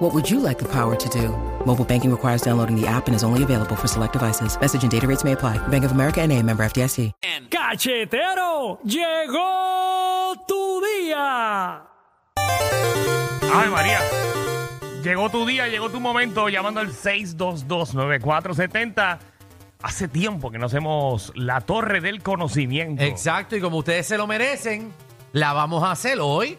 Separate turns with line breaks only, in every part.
What would you like the power to do? Mobile banking requires downloading the app and is only available for select devices. Message and data rates may apply. Bank of America and a member FDIC.
¡Cachetero! ¡Llegó tu día!
Ay, María. Llegó tu día, llegó tu momento llamando al 622-9470. Hace tiempo que no hacemos la torre del conocimiento.
Exacto, y como ustedes se lo merecen, la vamos a hacer hoy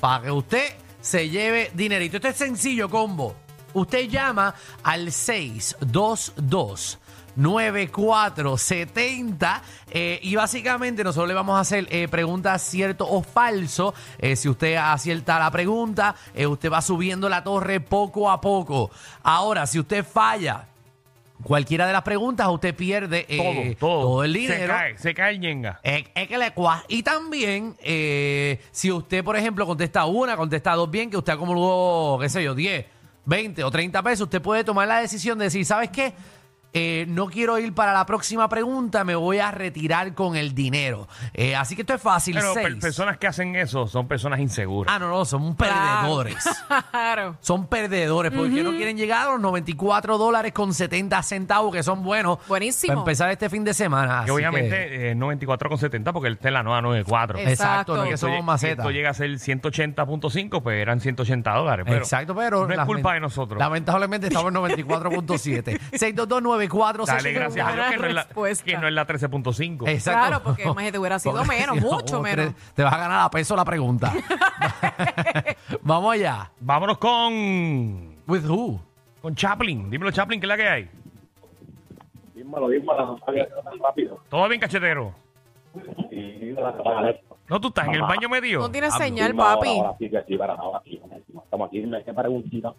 para que usted se lleve dinerito. Este es sencillo combo. Usted llama al 622 9470 eh, y básicamente nosotros le vamos a hacer eh, preguntas cierto o falso. Eh, si usted acierta la pregunta, eh, usted va subiendo la torre poco a poco. Ahora, si usted falla cualquiera de las preguntas, usted pierde eh,
todo, todo.
el dinero.
Se cae, se cae el ñenga.
Es es que le cuas- Y también, eh, si usted, por ejemplo, contesta una, contesta dos bien, que usted acumuló, qué sé yo, 10, 20 o 30 pesos, usted puede tomar la decisión de decir, ¿sabes qué? Eh, no quiero ir para la próxima pregunta, me voy a retirar con el dinero. Eh, así que esto es fácil.
Pero per-
seis.
personas que hacen eso son personas inseguras.
Ah, no, no, son perdedores.
Claro.
Son perdedores porque no quieren llegar a los 94 dólares con 70 centavos, que son buenos.
Buenísimo.
Para empezar este fin de semana.
que
así que-
obviamente eh, 94,70 porque él está en la nueva 94.
Eh,
Exacto, no es que
Exacto.
Esto
somos
lle-
macetas.
Esto llega a ser 180.5, pues eran 180 dólares. pero
Exacto, pero.
No es
lament-
culpa de nosotros.
Lamentablemente estamos en 94.7. 6229470.
Dale gracias a Dios que no es la,
respuesta.
que no es la 13.5.
Exacto.
Claro, porque imagínate, hubiera sido
Porque
menos,
si no,
mucho
como
menos.
tres- Te vas a ganar a peso la pregunta. Vamos allá.
Vámonos con,
¿With who?
con Chaplin. Dímelo, Chaplin, ¿qué es la que hay?
Dímelo, dímelo, no sabía que era tan rápido.
Todo bien, cachetero.
Y la cámara, esto.
No, tú estás en el baño medio.
No tiene
Hablo.
señal,
Ahora,
papi.
Ahora sí, que aquí, para ahora sí, estamos aquí, me qué preguntita.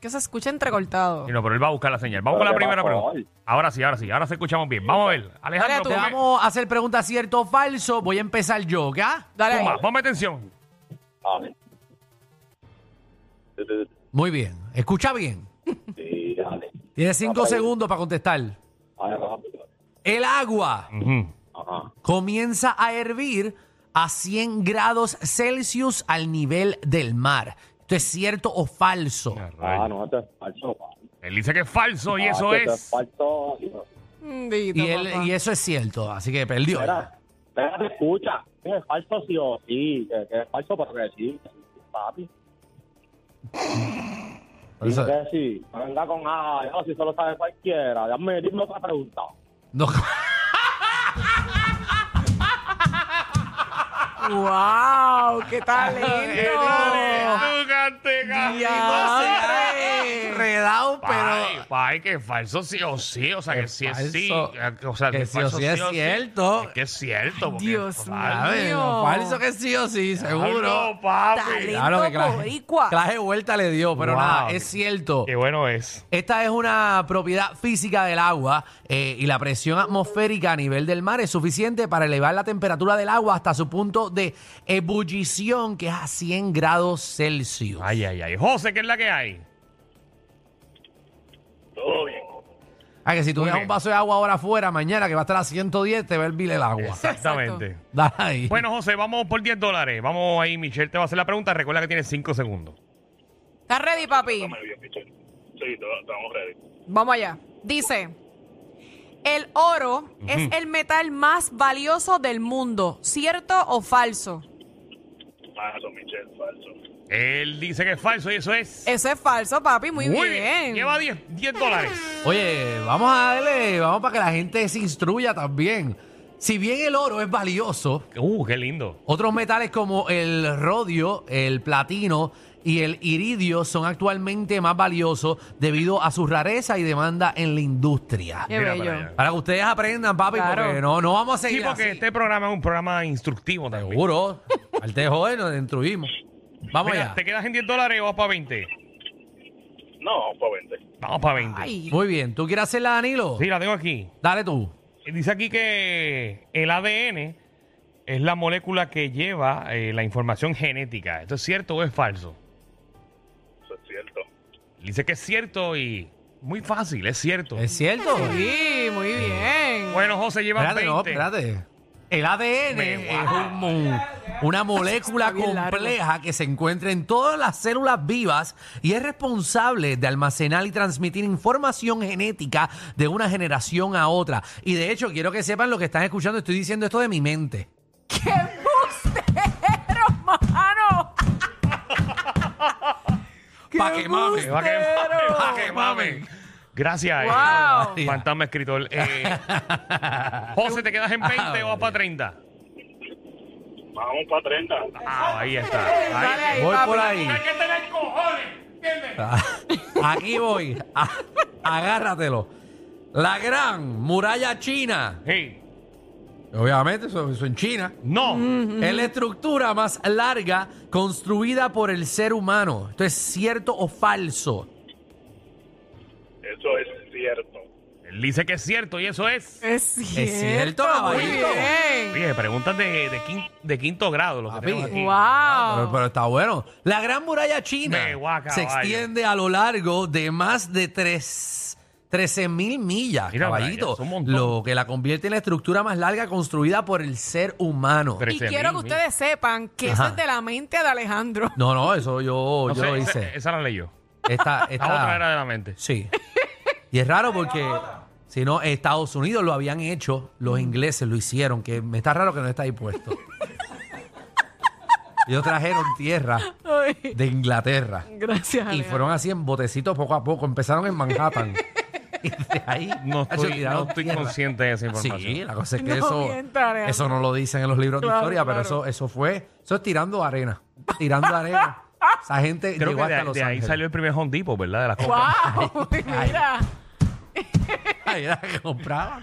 Que se escucha entrecortado.
Y no, pero él va a buscar la señal. Vamos con
Pero
la
qué
primera
pasó,
pregunta. Ahora sí, ahora sí, ahora se escuchamos bien. Vamos a ver. Alejandro,
tú.
Te
ponme-
vamos a hacer preguntas cierto o falso. Voy a empezar yo, ¿ya?
Dale ahí.
Zumba, ponme atención.
A ver.
Muy bien. Escucha bien.
Sí, dale.
Tienes cinco
Vamos ahí.
segundos para contestar.
A ver, rápido.
El agua
Ujú.
Ajá.
comienza a hervir a 100 grados Celsius al nivel del mar. ¿Esto es cierto o falso?
Ah, no, esto es falso.
Él dice que es falso y
Ah,
eso
que esto
es.
falso.
Bendito,
Y, él-
papá.
y eso es cierto, así que perdió.
Espera, espera, escucha. Que es falso sí o sí. Que, que es falso, pero que sí. Papi.
Por eso-
Dime que sí. No Venga con ah, no, si solo sabe cualquiera. Dame, dime otra pregunta.
No,
¡Wow! ¡Qué
Eh,
talento!
tú cante, cante.
Ah, ¡Diantre!
enredado,
Ay,
pero
Ay, que es falso sí o sí. O sea, que sí es sí.
falso.
O sea,
Que
es
sí o
falso
sí es cierto.
Es que es cierto. porque-
Dios
Ay,
¿sabes? Lo
mío.
falso que sí o sí, seguro.
no, papi.
Dale.
Claro que
Talento
clase,
boricua.
clase de vuelta le dio, pero
Wow.
nada, es cierto.
Qué bueno es.
Esta es una propiedad física del agua eh, y la presión atmosférica a nivel del mar es suficiente para elevar la temperatura del agua hasta su punto de ebullición, que es a 100 grados Celsius.
Ay, ay, ay. José, ¿qué es la que hay?
Todo bien.
Ah, que si tú
Muy
dejas
bien.
un vaso de agua ahora afuera, mañana que va a estar a 110, te va a hervir el agua.
Exactamente.
Dale ahí.
Bueno, José, vamos por 10 dólares. Vamos ahí, Michelle te va a hacer la pregunta. Recuerda que tienes 5 segundos.
¿Estás ready, papi?
Sí, estamos ready.
Vamos allá. Dice: El oro es el metal más valioso del mundo. ¿Cierto o falso?
Falso, Michelle, falso.
Él dice que es falso y eso
Eh,
es.
Eso es falso, papi. Muy,
Lleva 10, 10 dólares.
Oye, vamos a darle, vamos para que la gente se instruya también. Si bien el oro es valioso,
Uh, qué lindo.
otros metales como el rodio, el platino y el iridio son actualmente más valiosos debido a su rareza y demanda en la industria.
Qué
Mira para
bello.
allá.
Para que ustedes aprendan, papi,
Claro.
porque no, no vamos a
Sí,
seguir
porque
así.
este programa es un programa instructivo también.
Seguro. Al de joder nos instruimos. Vamos
Mira,
allá.
¿te quedas en 10 dólares o vas para 20?
No, pues vente.
Vamos para 20.
Ay.
Muy bien. ¿Tú quieres hacerla, Danilo?
Sí, la tengo aquí.
Dale tú.
dice aquí que el ADN es la molécula que lleva eh, la información genética. ¿Esto es cierto o es falso?
Eso es cierto.
Dice que es cierto y muy fácil, es cierto.
¿Es cierto?
Sí, muy bien.
Bueno, José, lleva
Espérate,
20.
no, espérate. El ADN
Me-
es un mon- una molécula
Está bien largo.
compleja que se encuentra en todas las células vivas y es responsable de almacenar y transmitir información genética de una generación a otra. Y de hecho, quiero que sepan lo que están escuchando. Estoy diciendo esto de mi mente.
¡Qué bustero, mano!
Pa' que mame,
¡Qué
Va que mame,
embustero!
va que mame. Gracias, eh,
Wow.
fantasma escritor. Eh, José, ¿te
Ah,
quedas en 20 o vas para 30?
Vamos para 30.
Ah, ahí está.
Dale
Ahí.
ahí,
Voy
papi.
por ahí. Ah,
Hay que tener cojones, ¿entiendes?
Aquí voy. A- Agárratelo. La gran muralla china.
Sí.
Obviamente, eso, eso en China.
No.
Es la estructura más larga construida por el ser humano. ¿Esto es cierto o falso?
Eso es cierto.
Él dice que es cierto y eso es.
Es cierto.
Es cierto,
muy
caballito.
bien.
Oye, preguntas de, de, quin- de quinto grado. Lo que
Papi.
tenemos aquí.
Pero,
Wow.
pero está bueno. La Gran Muralla China
Me guaca,
se
vaya.
extiende a lo largo de más de tres, 13 mil millas,
Mira, Brian,
caballito.
es un montón.
Lo que la convierte en la estructura más larga construida por el ser humano.
Pero
Y
ese
quiero que
mil,
ustedes sepan que eso
Ajá.
es de la mente de Alejandro.
No, no, eso yo,
mil. No
yo
sé,
lo
esa-
hice.
Esa la leyó.
Esta,
La
esta,
otra era de la mente.
Sí. Y es raro porque si no, Estados Unidos lo habían hecho, los
Mm.
ingleses lo hicieron, que me está raro que no está ahí puesto. Ellos trajeron tierra
Ay,
de Inglaterra
gracias.
y
Alejandro.
fueron así en botecitos poco a poco. Empezaron en Manhattan. Y de ahí
No
se
estoy,
tiraron
no estoy
tierra.
consciente de esa información.
Ah, Sí, la cosa es que
No
eso,
mienta, Alejandro.
eso no lo dicen en los libros
Claro,
de historia, pero
claro.
eso, eso fue, eso es tirando arena. Tirando arena. Esa gente
Creo
llegó
que de,
hasta
ahí-
Los
de ahí
Ángeles.
salió el primer Home Depot, ¿verdad? De las compras.
¡Wow! Mira.
Ahí era que compraba.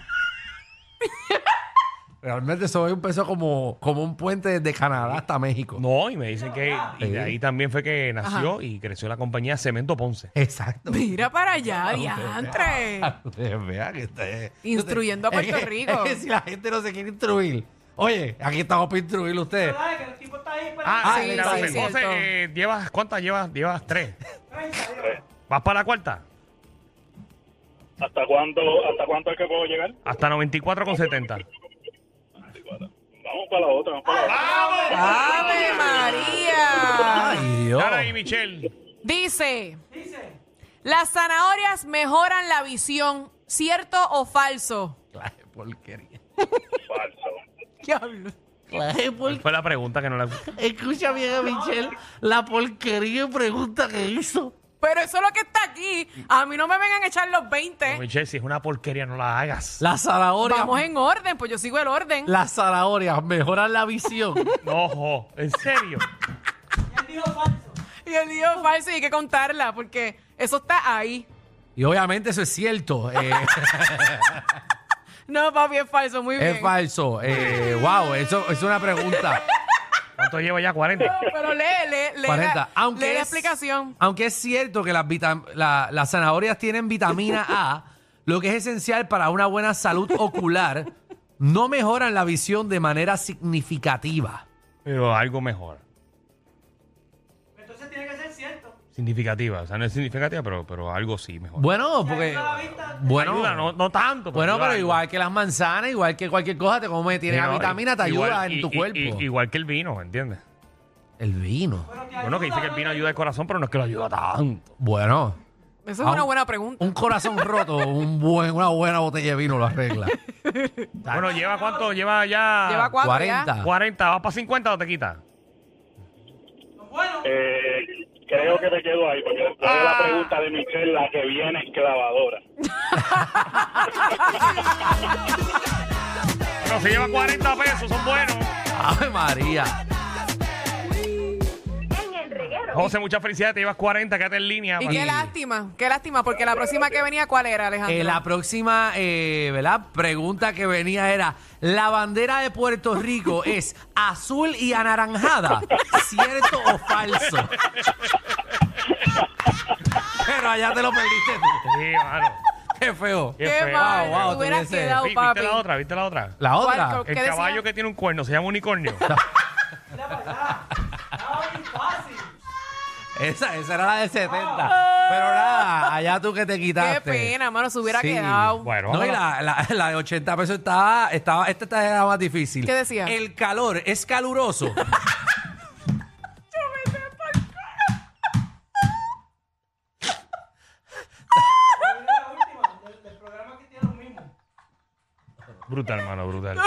Realmente eso es un peso como, como un puente desde Canadá hasta México.
No, y me dicen que y
Sí.
de ahí también fue que nació y creció la compañía Cemento Ponce.
Exacto.
Mira para allá, diantre.
Ustedes vean que ustedes-
Instruyendo a Puerto
Es que-
Rico.
es que si la gente no se quiere instruir. Oye, aquí estamos para instruir ustedes.
Ah,
sí,
mira,
sí,
José,
es
José,
cierto.
eh, llevas, ¿cuántas llevas? Llevas tres. ¿Vas para la cuarta?
¿Hasta cuándo, hasta cuándo es que puedo llegar?
Hasta 94,70.
Vamos para la otra, vamos para la otra.
¡Ave María!
Ay, Dios.
Cara y Michelle.
Dice, las zanahorias mejoran la visión, ¿cierto o falso?
Clase de porquería.
Falso.
Diablo.
Clase de por-
Fue la pregunta que no la. Eso
Escucha bien a Michelle la porquería de pregunta que hizo.
Pero eso es lo que está aquí. A mí no me vengan a echar los 20.
Michelle, si es una porquería, no la hagas.
Las zanahorias.
Vamos en orden, pues yo sigo el orden.
Las zanahorias mejoran la visión.
No, jo, en serio.
Y el lío falso y hay que contarla porque eso está ahí.
y obviamente eso es cierto. eh,
No, papi, es falso, muy bien.
Es falso. Eh, wow, eso es una pregunta.
¿Cuánto lleva ya? 40.
Pero lee, lee, lee,
40.
la,
Aunque
lee la
es,
explicación.
Aunque es cierto que las, vitam- la- las zanahorias tienen vitamina A, lo que es esencial para una buena salud ocular, no mejoran la visión de manera significativa.
Pero algo mejor. Entonces tiene que ser cierto. Significativa. O sea, no es significativa, pero, pero algo sí mejor.
Bueno, porque. Bueno,
Ayuda, no, no tanto. pero
bueno,
ayuda
pero
algo.
igual que las manzanas, igual que cualquier cosa, te come, tiene
Sí,
la
no,
vitamina, te
igual-
ayuda
i-
en tu
i-
cuerpo.
i- igual que el vino, ¿entiendes?
El vino.
Bueno, que dice que el vino ayuda al corazón, pero no es que lo ayuda tanto.
Bueno,
Eso es
aun-
una buena pregunta.
un corazón roto, un buen, una buena botella de vino lo arregla.
Bueno, ¿lleva cuánto? Lleva ya...
Lleva cuatro ya.
40.
40. ¿Vas para 50 o te quita?
Eh, Ah. creo que me quedo ahí, porque después de la pregunta de Michelle, la que viene es clavadora.
Pero si lleva 40 pesos, son buenos.
Ave María.
José, muchas felicidades. Te llevas 40, quédate en línea.
Y
para-
qué lástima, qué lástima, porque la próxima que venía, ¿cuál era, Alejandro?
Eh, la próxima eh, ¿verdad? pregunta que venía era: ¿la bandera de Puerto Rico es azul y anaranjada? ¿Cierto o falso? Pero allá te lo perdiste tú.
Sí, mano.
Qué feo.
Qué,
Qué feo.
mal,
Wow, wow,
te hubieras
tuviese-
quedado,
Vi- ¿Viste
Oh, papi.
la otra? ¿Viste la otra?
La
¿Cuál?
otra.
¿Qué
El
decía?
caballo que tiene un cuerno se llama unicornio.
Esa, esa era la de 70. Pero nada, allá tú que te
Ah. Qué
quitaste.
pena, mano, se hubiera
Sí.
quedado.
bueno,
No, y la, la- la de 80 pesos estaba, estaba, esta estaba era más difícil.
¿Qué decía?
El calor es caluroso.
brutal, hermano, brutal.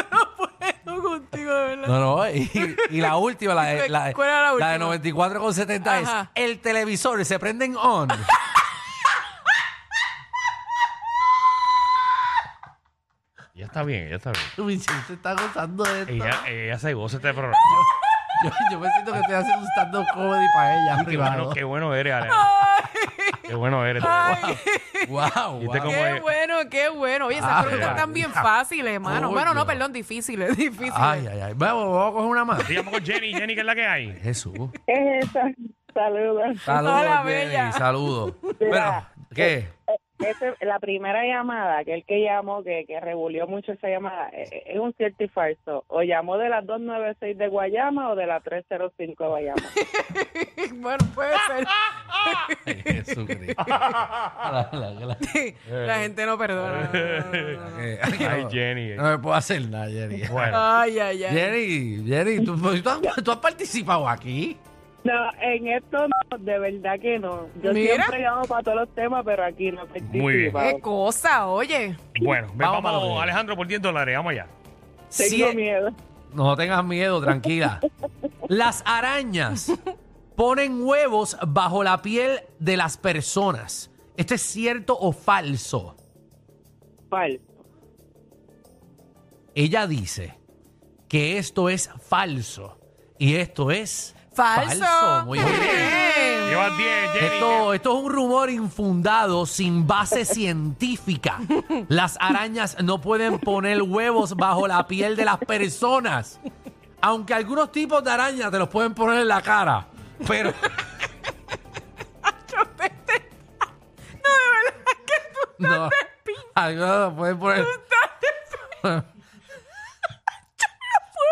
No contigo, de verdad.
No, no, y, y la última, la de, la de,
¿Cuál era la última?
de 94 con 70
Ajá.
es el televisor se prende en on.
Ya está bien, ya está bien.
Uy, se está gozando de esto.
Ella, ella se goza este programa.
Yo, yo me siento que estoy haciendo un stand-up comedy para ella.
Qué bueno,
privado.
qué bueno eres, Ale. Qué bueno eres. de verdad.
Ay,
Wow,
Y te
wow.
como-
qué
es?
bueno, qué bueno. Oye, esas
Ah,
preguntas
ya.
están bien fáciles, hermano.
Coño.
Bueno, no, perdón, difíciles, difíciles.
Ay, ay, ay. Vamos, vamos a coger una más.
Sí, vamos con Jenny. Jenny, ¿qué es la que hay?
Jesús.
Es esa. Saludos.
Saludos,
Hola,
Jenny,
bella.
Saludos. Bueno,
Mira.
¿qué?
Ese- Este, la primera llamada, aquel que llamó, que, que revolvió mucho esa llamada, eh, eh, es un cierto y falso. O llamó de las 296 de Guayama o de la 305 de Guayama.
Bueno, puede ser.
Jesucristo. La- la- la-
La gente no perdona. no, no, no, no.
eh,
Ay,
no,
Jenny.
No me puedo hacer nada, Jenny.
Bueno,
Ay, ay, ay.
Jenny, Jenny, ¿tú, tú has, tú has participado aquí?
No, en esto no, de verdad que no. Yo
Mira.
siempre llamo para todos los temas, pero aquí no participo.
Muy bien.
Qué cosa, oye.
bueno, ven,
Vamos
vamos,
para lo que-
Alejandro, por 10 dólares, vamos allá.
Tengo
Cien-
miedo.
No tengas miedo, tranquila. Las arañas ponen huevos bajo la piel de las personas. ¿Esto es cierto o falso?
Falso.
Ella dice que esto es falso. Y esto es
Falso.
Muy bien.
Llevas 10, Jenny.
Esto, esto es un rumor infundado sin base científica. Las arañas no pueden poner huevos bajo la piel de las personas. Aunque algunos tipos de arañas te los pueden poner en la cara. Pero
Yo te- te- No, de verdad que tú
no. Algunos los pueden poner.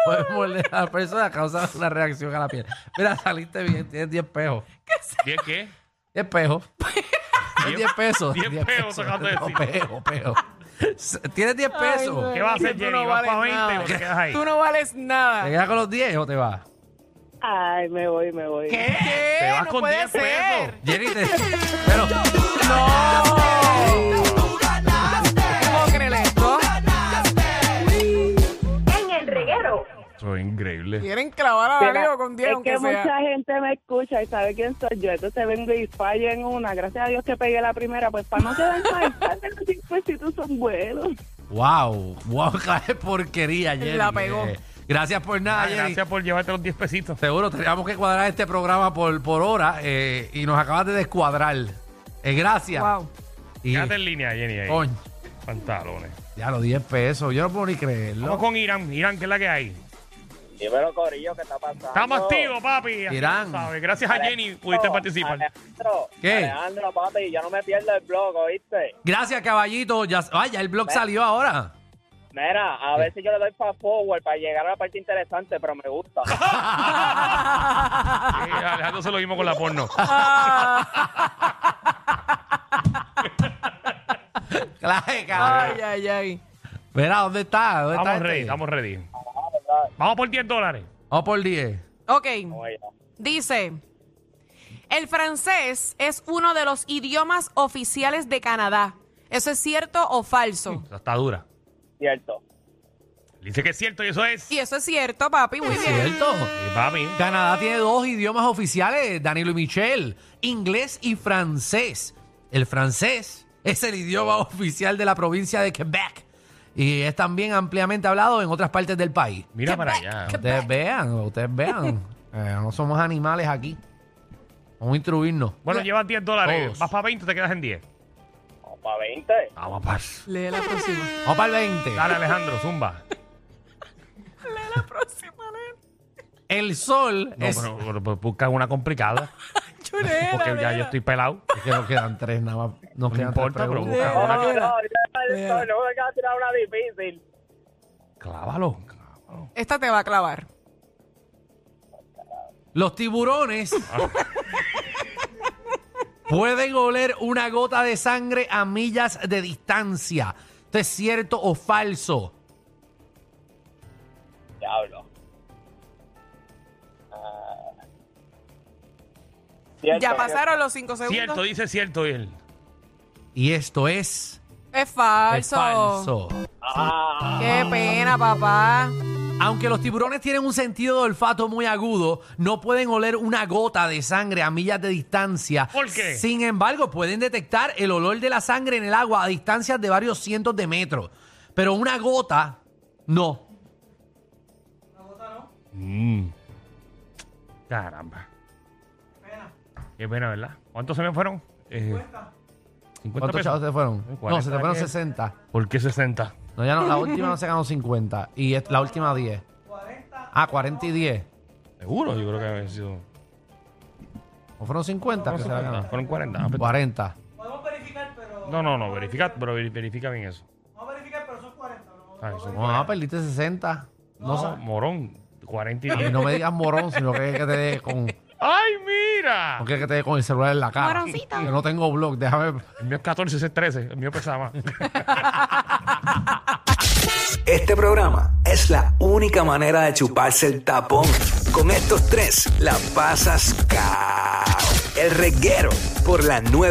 Pueden poner a la persona causa una reacción a la piel. Mira, saliste bien, tienes 10 pejos.
¿10 qué?
10 pejos. 10 pesos.
10 pesos, acabas de
No,
decir.
pejo, pejo. S- Tienes 10 pesos.
Ay,
¿Qué vas a hacer,
tú
Jenny?
no
¿Vas para
vales
20 o te
nada.
quedas ahí?
Tú no vales
¿Te
nada.
quedas con los 10 o te vas?
Ay, me voy, me voy.
¿Qué?
Te vas
no
con
puede
10
ser.
pesos.
Jenny, te... Pero...
¿Cómo crees esto?
Eso es increíble.
Quieren clavar a
Mira,
Darío con 10,
es
aunque
que
sea.
mucha gente me escucha y sabe quién soy yo. Entonces vengo y fallo en una. Gracias a Dios que pegué la primera. Pues para no quedar mal, los impuestos son buenos.
Wow, wow, qué porquería, Jenny.
La pegó.
Eh, Gracias por
Ah,
nada, Jenny.
gracias por llevarte los 10 pesitos.
Seguro teníamos que cuadrar este programa por, por hora eh, y nos acabas de descuadrar. Eh, gracias.
Wow.
Y,
Quédate en línea, Jenny. Ahí.
coño,
Pantalones.
ya los 10 pesos. Yo no puedo ni
Vamos
creerlo.
con Irán. Irán, ¿qué es la que hay?
Dímelo, Corillo, ¿qué está pasando?
Estamos activos, papi. Así
Irán.
tú sabes. Gracias a Jenny pudiste participar.
Alejandro,
¿Qué?
Alejandro, papi, yo no me pierdo el blog, ¿oíste?
Gracias, caballito. Ya, ay, ya el blog salió ahora.
Mira, a ver si yo le doy fast forward para llegar a la parte interesante, pero me gusta.
Eh, Alejandro se lo vimos con la porno.
Claro, cabrón.
Ay, ay, ay.
Mira, ¿dónde está? ¿Dónde
Estamos
está
ready,
este?
estamos ready. Vamos por 10 dólares.
Vamos por 10.
Ok,
Oye,
dice. El francés es uno de los idiomas oficiales de Canadá. ¿Eso es cierto o falso?
Esa Está dura.
cierto.
Dice que es cierto y eso es.
Y eso es cierto, papi. Muy
¿Es
bien.
cierto?
Eh, papi.
Canadá tiene dos idiomas oficiales, Danilo y Michelle, inglés y francés. El francés es el idioma oficial de la provincia de Quebec y es también ampliamente hablado en otras partes del país.
Mira para allá.
Ustedes vean, ustedes vean, Eh, no somos animales aquí. Vamos a instruirnos.
Bueno, llevas 10 dólares.
Todos.
Vas para 20 te quedas en 10.
Vamos para 20.
Vamos para.
Lee la próxima.
Vamos para el 20.
Dale, Alejandro, zumba.
Lee la próxima, lee.
El sol
No,
es...
pero, pero- pero busca una complicada.
Chulera,
Porque ya
nena.
yo estoy pelado.
Es que nos quedan tres nada más.
No
Nos quedan
importa,
tres
pero
preguntas.
busca
No,
una
no,
que...
Mira.
no, no me queda tirar una difícil.
Clávalo, clávalo.
Esta te va a clavar.
Los tiburones pueden oler una gota de sangre a millas de distancia. ¿Esto es cierto o falso?
Diablo. Ah. Cierto,
ya pasaron los cinco segundos.
Cierto, dice cierto él.
Y esto es
Es falso.
es falso.
Ah,
Qué pena, papá.
Aunque los tiburones tienen un sentido de olfato muy agudo, no pueden oler una gota de sangre a millas de distancia.
¿Por qué?
Sin embargo, pueden detectar el olor de la sangre en el agua a distancias de varios cientos de metros. Pero una gota, no.
Mm. Caramba. Qué pena. Qué pena, ¿verdad? ¿Cuántos se me fueron? Eh, 50.
¿Cuántos
pesos?
chavos te fueron? No, se
40,
te fueron
¿qué?
60.
¿Por qué 60?
No, ya no, la última no se ganó 50. Y es- la última 10. Ah, 40 y 10.
Seguro, yo creo que había sido.
¿No fueron 50 que se la ganó?
Fueron 40. Ah, pero-
40.
No, no, no, verifica, pero veri- verifica bien eso. Ah, No verifica, pero son 40.
No, perdiste 60. No,
No,
sa-
morón, 40 y
a mí
10.
no me digas morón, sino que, que te dé con, no
¡Ay, mira!
que, que te dé con el celular en la cara.
Moroncito.
Yo no tengo blog, déjame.
El mío es 14, ese es 13. El mío pesaba más.
Este programa es la única manera de chuparse el tapón. Con estos tres la pasas cao. El reguero por la nueva.